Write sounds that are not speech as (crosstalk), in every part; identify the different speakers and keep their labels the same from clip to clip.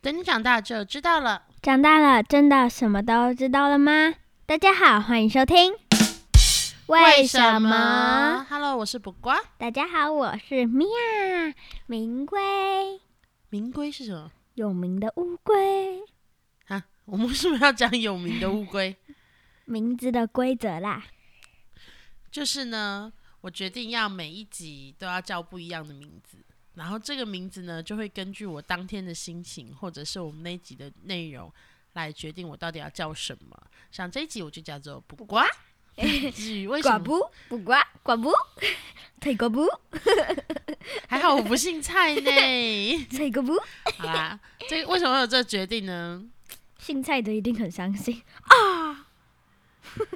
Speaker 1: 等你长大就知道了。
Speaker 2: 长大了，真的什么都知道了吗？大家好，欢迎收听。
Speaker 1: ？Hello，我是卜瓜。
Speaker 2: 大家好，我是米娅，名龟，
Speaker 1: 名龟是什么
Speaker 2: 有名的乌龟，
Speaker 1: 啊？我们为什么要讲有名的乌龟？ (laughs)
Speaker 2: 名字的规则啦。
Speaker 1: 就是呢，我决定要每一集都要叫不一样的名字，然后这个名字呢，就会根据我当天的心情，或者是我们那一集的内容来决定我到底要叫什么。像这一集我就叫做卜瓜。至于为什么？
Speaker 2: 不 (laughs) 不瓜瓜不， (laughs) 腿瓜不
Speaker 1: 还好我不姓蔡呢。
Speaker 2: 腿瓜不，
Speaker 1: 好啦，这个为什么会有这个决定呢？
Speaker 2: 姓蔡的一定很伤心。
Speaker 1: (laughs)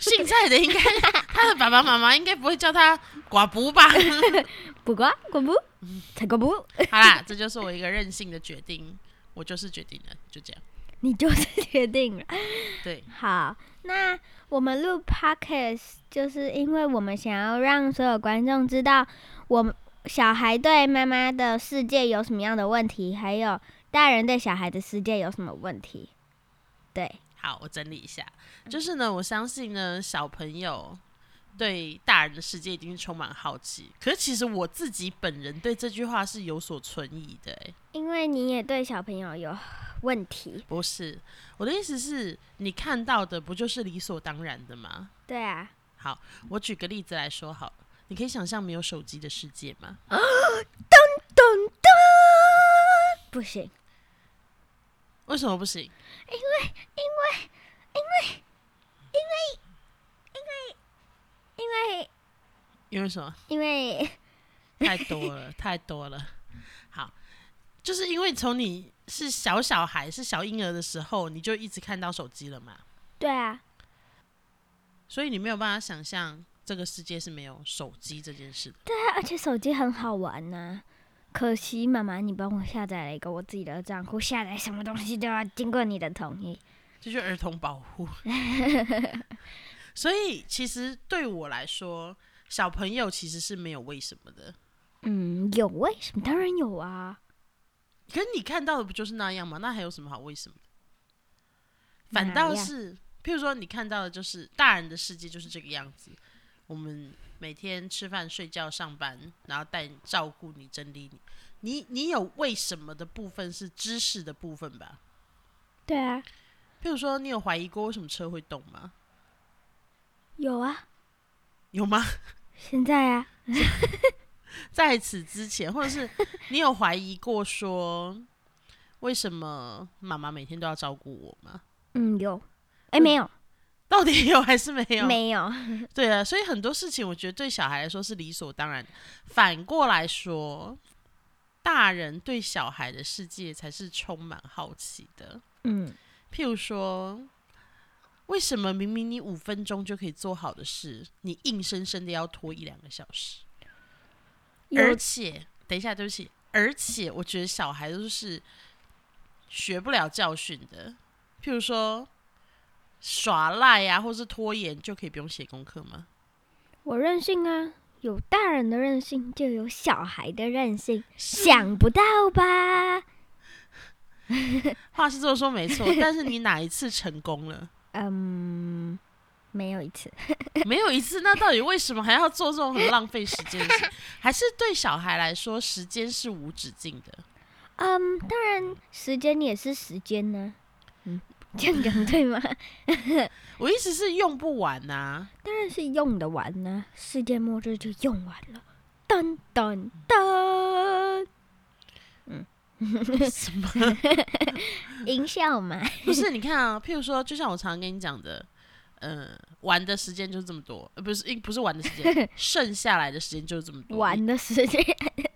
Speaker 1: 姓蔡的应该他的爸爸妈妈应该不会叫他寡不吧？
Speaker 2: 不瓜瓜不，腿瓜不，
Speaker 1: 好啦，这就是我一个任性的决定，我就是决定了，就这样。
Speaker 2: 你就是决定了。
Speaker 1: 对，
Speaker 2: 好，那我们录 podcast 就是因为我们想要让所有观众知道，我们小孩对妈妈的世界有什么样的问题，还有大人对小孩的世界有什么问题。对，
Speaker 1: 好，我整理一下，就是呢，我相信呢，小朋友对大人的世界一定是充满好奇，可是其实我自己本人对这句话是有所存疑的、欸，
Speaker 2: 因为你也对小朋友有问题。
Speaker 1: 不是我的意思是，你看到的不就是理所当然的吗？
Speaker 2: 对啊，
Speaker 1: 好，我举个例子来说好了，你可以想象没有手机的世界吗？
Speaker 2: 咚咚，不行，
Speaker 1: 为什么不行？
Speaker 2: 因为
Speaker 1: 因为什么？
Speaker 2: 因为
Speaker 1: 太多了，太多了。好，就是因为从你是小小孩、是小婴儿的时候，你就一直看到手机了嘛，
Speaker 2: 对啊，
Speaker 1: 所以你没有办法想象这个世界是没有手机这件事的。
Speaker 2: 对啊，而且手机很好玩呐、可惜妈妈，你帮我下载了一个我自己的账户，下载什么东西都要经过你的同意。
Speaker 1: 这就是儿童保护。所以其实对我来说，小朋友其实是没有为什么的。
Speaker 2: 嗯，有为什么？当然有啊。
Speaker 1: 可是你看到的不就是那样吗？那还有什么好为什么的？
Speaker 2: 哪
Speaker 1: 反倒
Speaker 2: 样
Speaker 1: 是，譬如说你看到的就是大人的世界就是这个样子，我们每天吃饭、睡觉、上班，然后带你照顾你、整理你。你你有为什么的部分是知识的部分吧？
Speaker 2: 对啊，
Speaker 1: 譬如说，你有怀疑过为什么车会动吗？
Speaker 2: 有啊，
Speaker 1: 有吗？ (laughs)
Speaker 2: 现在啊，
Speaker 1: 在此之前，或者是你有怀疑过说，为什么妈妈每天都要照顾我吗？ (laughs)
Speaker 2: 嗯，有。哎，没有，
Speaker 1: 到底有还是没有？
Speaker 2: 没有，
Speaker 1: 对啊，所以很多事情我觉得对小孩来说是理所当然的。反过来说，大人对小孩的世界才是充满好奇的。
Speaker 2: 嗯，
Speaker 1: 譬如说，为什么明明你五分钟就可以做好的事，你硬生生的要拖一两个小时？而
Speaker 2: 有，
Speaker 1: 且，等一下，对不起，而且我觉得小孩都是学不了教训的。譬如说，耍赖呀、或是拖延，就可以不用写功课吗？
Speaker 2: 我任性啊，有大人的任性，就有小孩的任性，
Speaker 1: 是
Speaker 2: 想不到吧？
Speaker 1: 话是这么说没错，但是你哪一次成功了？
Speaker 2: 嗯，没有一次，
Speaker 1: 没有一次，那到底为什么还要做这种很浪费时间的事？还是对小孩来说，时间是无止境的。
Speaker 2: 嗯，当然时间也是时间呢、嗯，这样讲对吗？
Speaker 1: 我意思是用不完啊呐、
Speaker 2: 当然是用得完呢、世界末日就用完了，噔噔噔，
Speaker 1: 什么？
Speaker 2: 音效嘛，
Speaker 1: 不是，你看啊，譬如说，就像我常常跟你讲的，呃，玩的时间就是这么多，呃，不是，不是玩的时间，剩下来的时间就是这么多。
Speaker 2: 玩的时间，
Speaker 1: 你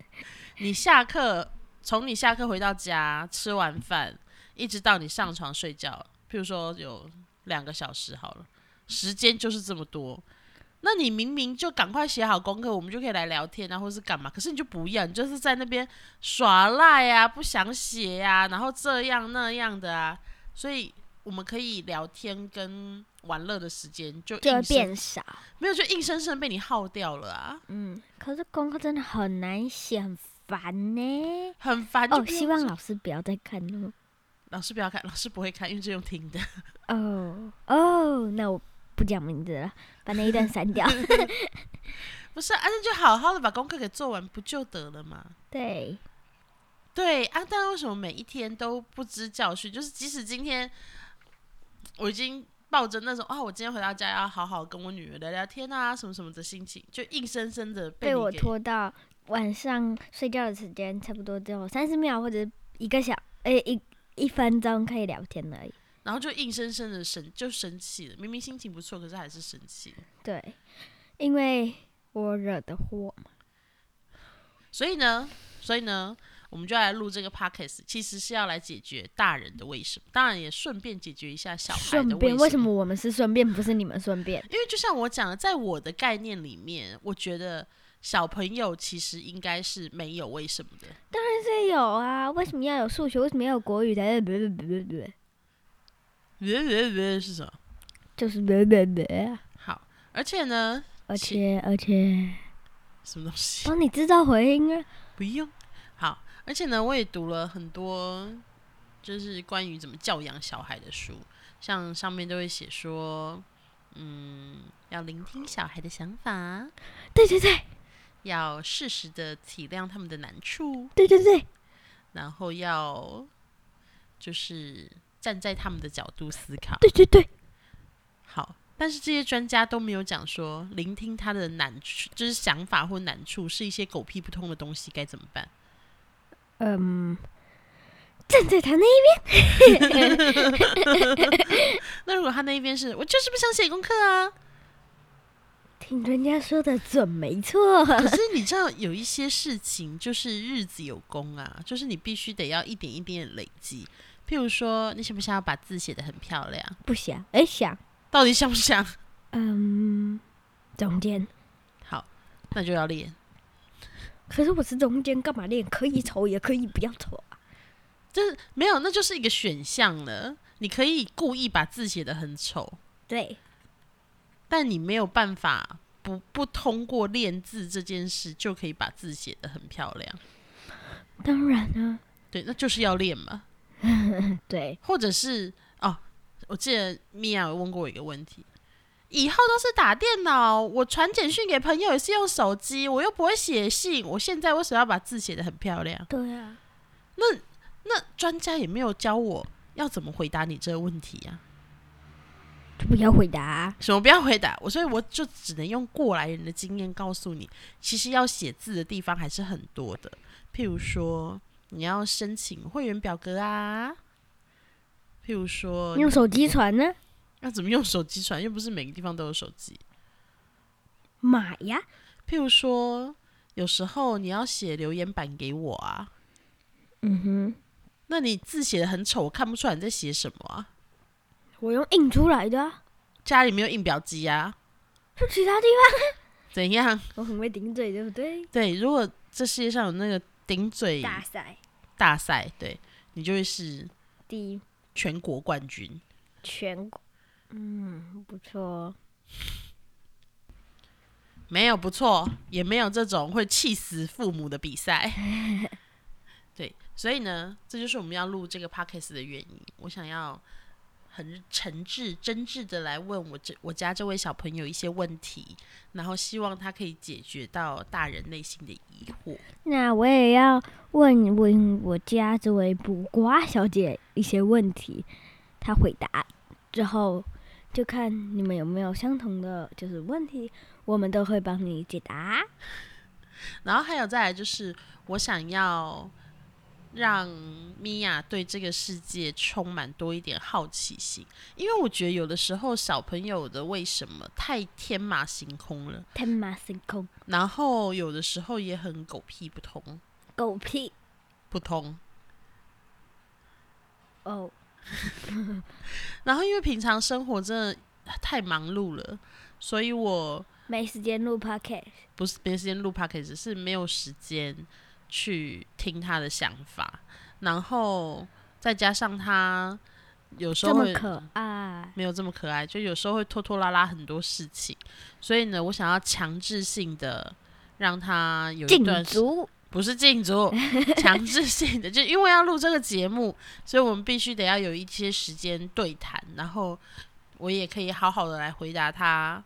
Speaker 1: 你下课，从你下课回到家，吃完饭，一直到你上床睡觉，譬如说有两个小时好了，时间就是这么多。那你明明就赶快写好功课，我们就可以来聊天啊，或是干嘛？可是你就不一样，你就是在那边耍赖啊，不想写呀、啊，然后这样那样的啊，所以我们可以聊天跟玩乐的时间就
Speaker 2: 就会
Speaker 1: 硬生
Speaker 2: 变少。
Speaker 1: 没有，就硬生生被你耗掉了啊，
Speaker 2: 嗯，可是功课真的很难写，很烦呢。
Speaker 1: 很烦。就
Speaker 2: 哦，
Speaker 1: 不用
Speaker 2: 希望
Speaker 1: 做
Speaker 2: 老师不要再看了。
Speaker 1: 老师不要看，老师不会看，因为这用听的。
Speaker 2: 哦哦，那我不讲名字了，把那一段删 (laughs) 掉。
Speaker 1: 不是啊，那就好好的把功课给做完，不就得了吗？
Speaker 2: 对，
Speaker 1: 对啊，但为什么每一天都不知教训？就是即使今天我已经抱着那种啊，我今天回到家要好好跟我女儿聊聊天啊，什么什么的心情，就硬生生的
Speaker 2: 被
Speaker 1: 你
Speaker 2: 我
Speaker 1: 给
Speaker 2: 拖到晚上睡觉的时间，差不多只有三十秒或者一个小，诶、一一分钟可以聊天而已。
Speaker 1: 然后就硬生生的生就生气了。明明心情不错，可是还是生气。
Speaker 2: 对，因为我惹的祸。
Speaker 1: 所以呢，所以呢，我们就来录这个 podcast，其实是要来解决大人的为什么，当然也顺便解决一下小孩
Speaker 2: 顺
Speaker 1: 的
Speaker 2: 便，
Speaker 1: 为
Speaker 2: 为什么我们是顺便，不是你们顺便？
Speaker 1: 因为就像我讲的，在我的概念里面，我觉得小朋友其实应该是没有为什么的。
Speaker 2: 但是有啊，为什么要有数学？为什么要有国语的？别别别别别，
Speaker 1: 别别别是什么？
Speaker 2: (laughs) 就是 (laughs) 别别别。
Speaker 1: 好，而且呢，
Speaker 2: 而
Speaker 1: 是
Speaker 2: 且而且，
Speaker 1: 什么东西 (laughs)
Speaker 2: 帮你制造回音啊！
Speaker 1: 不用。好，而且呢，我也读了很多，就是关于怎么教养小孩的书，像上面都会写说，嗯，要聆听小孩的想法，
Speaker 2: 对对对
Speaker 1: 要适时的体谅他们的难处，
Speaker 2: 对对对，
Speaker 1: 然后要就是站在他们的角度思考。
Speaker 2: 对对对，
Speaker 1: 好，但是这些专家都没有讲说聆听他的难处，就是想法或难处是一些狗屁不通的东西该怎么办？
Speaker 2: 嗯，站在他那
Speaker 1: 那如果他那一边是我就是不想写功课啊，
Speaker 2: 听人家说的准没错，
Speaker 1: 啊
Speaker 2: (laughs)
Speaker 1: 可是你知道有一些事情就是日子有功啊，就是你必须得要一点一点地累积。譬如说，你想不想要把字写得很漂亮？
Speaker 2: 不想哎想，
Speaker 1: 到底想不想？
Speaker 2: 嗯，中间，
Speaker 1: 好，那就要练。
Speaker 2: 可是我是中间，干嘛练？可以丑也可以不要丑啊，
Speaker 1: 就是没有，那就是一个选项了。你可以故意把字写得很丑，
Speaker 2: 对，
Speaker 1: 但你没有办法不不通过练字这件事就可以把字写得很漂亮。
Speaker 2: 当然啊，
Speaker 1: 对，那就是要练嘛。
Speaker 2: 对，
Speaker 1: 或者是哦，我记得米娅有问过我一个问题：以后都是打电脑，我传简讯给朋友也是用手机，我又不会写信，我现在为什么要把字写得很漂亮？
Speaker 2: 对啊，
Speaker 1: 那专家也没有教我要怎么回答你这个问题啊。
Speaker 2: 就不要回答、啊
Speaker 1: 什么不要回答我，所以我就只能用过来人的经验告诉你，其实要写字的地方还是很多的。譬如说，你要申请会员表格啊，譬如说
Speaker 2: 用手机传呢，
Speaker 1: 要怎么用手机传，又不是每个地方都有手机。
Speaker 2: 买呀，
Speaker 1: 譬如说，有时候你要写留言板给我啊，
Speaker 2: 嗯哼，
Speaker 1: 那你字写的很丑，我看不出来你在写什么啊。
Speaker 2: 我用印出来的、啊，
Speaker 1: 家里没有印表机啊，
Speaker 2: 就其他地
Speaker 1: 怎样？
Speaker 2: 方，我很会顶嘴，对不对？
Speaker 1: 对，如果这世界上有那个顶嘴
Speaker 2: 大赛
Speaker 1: 大赛，对你就会是
Speaker 2: 第一
Speaker 1: 全国冠军。
Speaker 2: 全国，嗯，不错哦，
Speaker 1: 没有不错，也没有这种会气死父母的比赛。对，所以呢，这就是我们要录这个 podcast 的原因。我想要很诚挚、真挚的来问我这我家这位小朋友一些问题，然后希望他可以解决到大人内心的疑惑。
Speaker 2: 那我也要问问我家这位卜瓜小姐一些问题，她回答之后，就看你们有没有相同的就是问题，我们都会帮你解答。
Speaker 1: 然后还有再来就是，我想要让米娅对这个世界充满多一点好奇心，因为我觉得有的时候小朋友的为什么太天马行空了，
Speaker 2: 天马行空，
Speaker 1: 然后有的时候也很狗屁不通，
Speaker 2: 狗屁
Speaker 1: 不通。
Speaker 2: 哦！
Speaker 1: 然后因为平常生活真的太忙碌了，所以我
Speaker 2: 没时间录 podcast，
Speaker 1: 不是没时间录 p o d c a s 是没有时间去听他的想法，然后再加上他有时
Speaker 2: 这
Speaker 1: 候
Speaker 2: 么
Speaker 1: 会啊
Speaker 2: 可爱，
Speaker 1: 没有这么可爱，就有时候会拖拖拉拉很多事情，所以呢，我想要强制性的让他有一
Speaker 2: 禁
Speaker 1: 段时
Speaker 2: 足
Speaker 1: 不是禁
Speaker 2: (laughs)
Speaker 1: 足，强制性的，就因为要录这个节目，所以我们必须得要有一些时间对谈，然后我也可以好好的来回答他。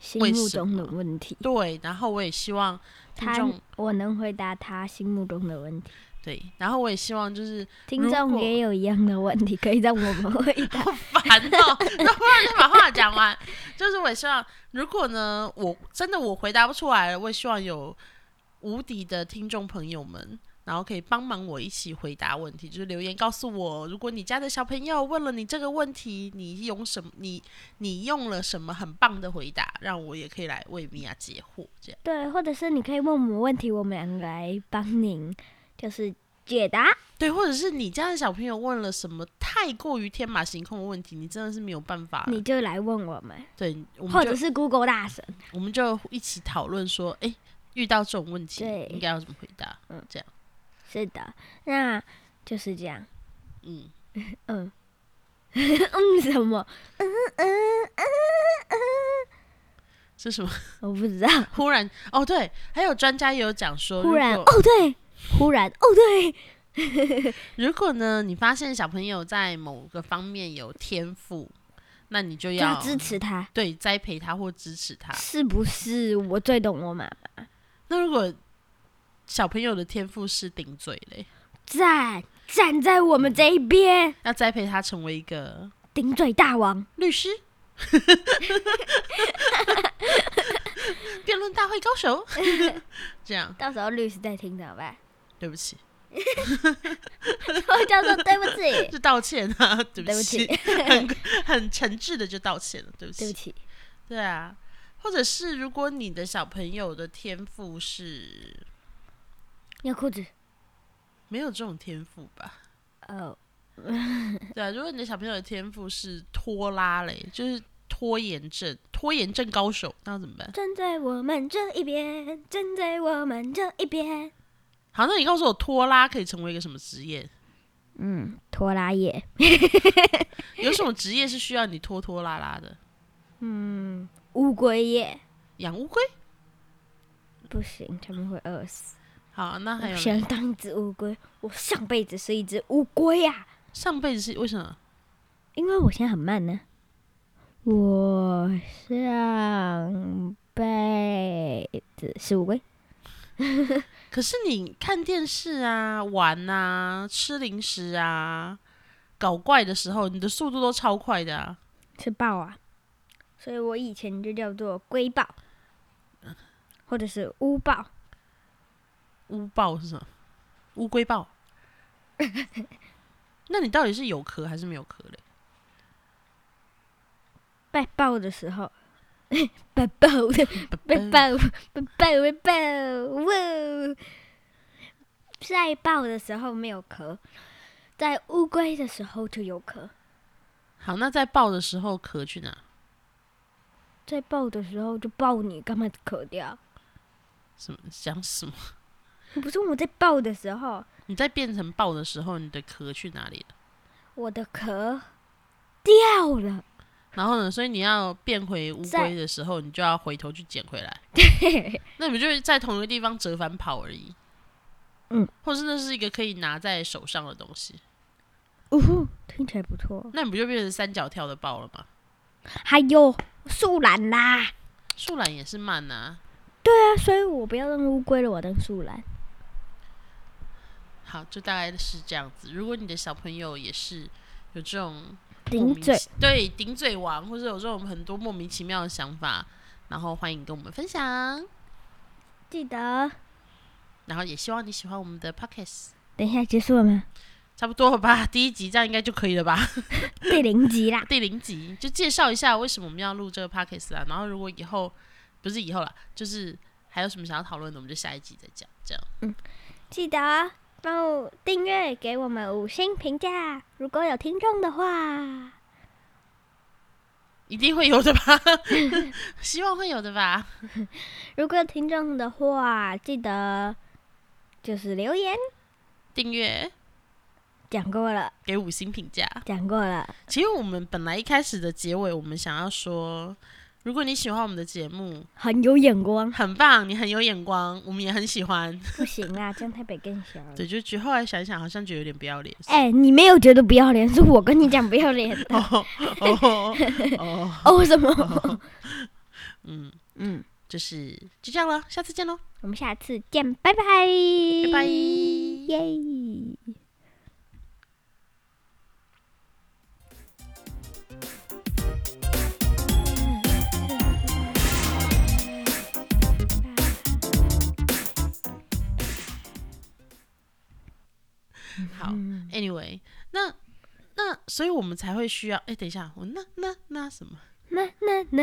Speaker 2: 心
Speaker 1: 为
Speaker 2: 目
Speaker 1: 什
Speaker 2: 中的
Speaker 1: 么
Speaker 2: 问题，
Speaker 1: 对，然后我也希望听
Speaker 2: 他
Speaker 1: 众
Speaker 2: 我能回答他心目中的问题，
Speaker 1: 对，然后我也希望就是
Speaker 2: 听
Speaker 1: 如
Speaker 2: 众
Speaker 1: 果
Speaker 2: 也有一样的问题，可以让我们回
Speaker 1: (laughs)
Speaker 2: 答。
Speaker 1: (laughs) 烦哦，那不然就把话讲完。就是我也希望，如果呢，我真的我回答不出来了，我也希望有无敌的听众朋友们，然后可以帮忙我一起回答问题，就是留言告诉我，如果你家的小朋友问了你这个问题，你用什么？你你用了什么很棒的回答，让我也可以来为米娅解惑。这样
Speaker 2: 对，或者是你可以问我们问题，我们两个来帮您就是解答。
Speaker 1: 对，或者是你家的小朋友问了什么太过于天马行空的问题，你真的是没有办法。
Speaker 2: 你就来问我们，
Speaker 1: 对，啊我们
Speaker 2: 或
Speaker 1: 就
Speaker 2: 者是 Google 大神。
Speaker 1: 我们就一起讨论说，诶，遇到这种问题
Speaker 2: 对
Speaker 1: 应该要怎么回答？
Speaker 2: 是的，那就是这样。
Speaker 1: 嗯，
Speaker 2: 嗯， (laughs) 嗯什么？
Speaker 1: 是什么？
Speaker 2: 我不知道。
Speaker 1: 忽然哦，对，还有专家也有讲说，
Speaker 2: 忽然，
Speaker 1: 如
Speaker 2: 哦
Speaker 1: 果
Speaker 2: 对，忽然，哦对，
Speaker 1: 如果呢，你发现小朋友在某个方面有天赋，那你就
Speaker 2: 就
Speaker 1: 要啊
Speaker 2: 要支持他，
Speaker 1: 对栽培他或支持他。
Speaker 2: 是不是？我最懂我妈妈，
Speaker 1: 那如果小朋友的天赋是顶嘴嘞，
Speaker 2: 站站在我们这一边，
Speaker 1: 要栽培他成为一个
Speaker 2: 顶嘴大王。
Speaker 1: 律
Speaker 2: (laughs)
Speaker 1: 师。辩论大会高
Speaker 2: (laughs)
Speaker 1: 手，这样
Speaker 2: 到时候律师在听怎么办？ (laughs)
Speaker 1: 对不起，
Speaker 2: 我叫做对不起，
Speaker 1: 是道歉啊，对
Speaker 2: 对不起， (laughs)
Speaker 1: 起，很很诚挚的就道歉了，对不
Speaker 2: 对不
Speaker 1: 起。
Speaker 2: 起，
Speaker 1: 对啊，或者是如果你的小朋友的天赋是
Speaker 2: 尿裤子。
Speaker 1: 没有这种天赋吧？
Speaker 2: 哦，
Speaker 1: 对啊，如果你的小朋友的天赋是拖拉嘞，就是拖延症，拖延症高手，那要怎么办？
Speaker 2: 站在我们这一边，站在我们这一边。
Speaker 1: 好，那你告诉我，拖拉可以成为一个什么职业？
Speaker 2: 嗯，拖拉叶。
Speaker 1: 有什么职业是需要你拖拖拉拉的？
Speaker 2: 嗯，乌龟叶
Speaker 1: 养乌龟？
Speaker 2: 不行，他们会饿死。
Speaker 1: 好，那还
Speaker 2: 我
Speaker 1: 有
Speaker 2: 想
Speaker 1: 呢
Speaker 2: 当一只乌龟，我上辈子是一只乌龟呀、
Speaker 1: 上辈子是为什么？
Speaker 2: 因为我现在很慢呢。我上辈子是乌龟，
Speaker 1: 可是你看电视啊、玩啊、吃零食啊、搞怪的时候，你的速度都超快的啊。
Speaker 2: 是豹啊，所以我以前就叫做龟豹，或者是乌豹。
Speaker 1: 乌豹是什么？乌龟豹？那你到底是有壳还是没有壳嘞？
Speaker 2: 被抱的时候， (laughs) 被抱的，被
Speaker 1: 嗯
Speaker 2: 抱，被抱，被抱，哇！在抱的时候没有壳，在乌龟的时候就有壳，
Speaker 1: 好，那在抱的时候壳去哪？
Speaker 2: 在抱的时候就抱你，干嘛壳掉？
Speaker 1: 什么讲什么？
Speaker 2: 不是我在抱的时候，
Speaker 1: 你在变成豹的时候，你的壳去哪里了？
Speaker 2: 我的壳掉了，
Speaker 1: 然后呢？所以你要变回乌龟的时候，你就要回头去捡回来。那你们就是在同一个地方折返跑而已。
Speaker 2: 嗯，
Speaker 1: 或是那是一个可以拿在手上的东西，
Speaker 2: 呜呼，听起来不错。
Speaker 1: 那你不就变成三脚跳的豹了吗？
Speaker 2: 还有树懒啦，
Speaker 1: 树懒也是慢呐、
Speaker 2: 对啊，所以我不要当乌龟了，我当树懒。
Speaker 1: 好，就大概是这样子。如果你的小朋友也是有这种莫
Speaker 2: 顶
Speaker 1: 名
Speaker 2: 嘴，
Speaker 1: 其对顶嘴王，或者有这种很多莫名其妙的想法，然后欢迎跟我们分享。
Speaker 2: 记得
Speaker 1: 然后也希望你喜欢我们的 podcast，
Speaker 2: 等一下结束了 (laughs) 吗？
Speaker 1: 差不多了吧？第一集这样应该就可以了吧？
Speaker 2: 第零集啦。
Speaker 1: 第零集就介绍一下为什么我们要录这个 podcast 啊。然后如果以后不是以后啦，就是还有什么想要讨论的，我们就下一集再讲。这样
Speaker 2: 记得帮我订阅，给我们五星评价。如果有听众的话，
Speaker 1: 一定会有的吧？ (laughs) 希望会有的吧？
Speaker 2: 如果有听众的话，记得就是留言。
Speaker 1: 订阅。
Speaker 2: 讲过了，
Speaker 1: 给五星评价。
Speaker 2: 讲过了，
Speaker 1: 其实我们本来一开始的结尾，我们想要说，如果你喜欢我们的节目，。
Speaker 2: 很有眼光
Speaker 1: 很棒，你很有眼光，我们也很喜欢。
Speaker 2: 不行 (laughs) 啦，这样台北更小了。
Speaker 1: 对，就觉后来想一想，好像觉得有点不要脸。
Speaker 2: 哎、你没有觉得不要脸，是我跟你讲不要脸 (laughs) 的
Speaker 1: 哦哦 (laughs) 哦，
Speaker 2: 哦？什么？
Speaker 1: 嗯，
Speaker 2: 嗯，
Speaker 1: 就是就这样了，下次见喽，
Speaker 2: 我们下次见，拜拜，
Speaker 1: 拜
Speaker 2: 拜
Speaker 1: 拜。
Speaker 2: 耶。
Speaker 1: 嗯好，Anyway，那那所以我们才会需要，哎，等一下，我那那那什么？
Speaker 2: 那那那